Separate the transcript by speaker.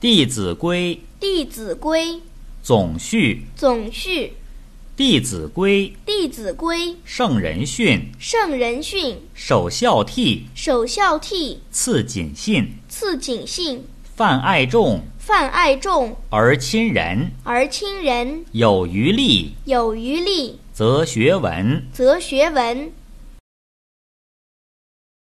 Speaker 1: 弟子规》
Speaker 2: 《弟子规》
Speaker 1: 总序，
Speaker 2: 总序，
Speaker 1: 《弟子规》
Speaker 2: 《弟子规》
Speaker 1: 圣人训，
Speaker 2: 圣人训，
Speaker 1: 首孝悌，
Speaker 2: 首孝悌，
Speaker 1: 次谨信，
Speaker 2: 次谨信，
Speaker 1: 泛爱众
Speaker 2: 泛爱众，
Speaker 1: 而亲仁，
Speaker 2: 而亲仁，
Speaker 1: 有余力
Speaker 2: 有余力，
Speaker 1: 则学文。
Speaker 2: 则学文。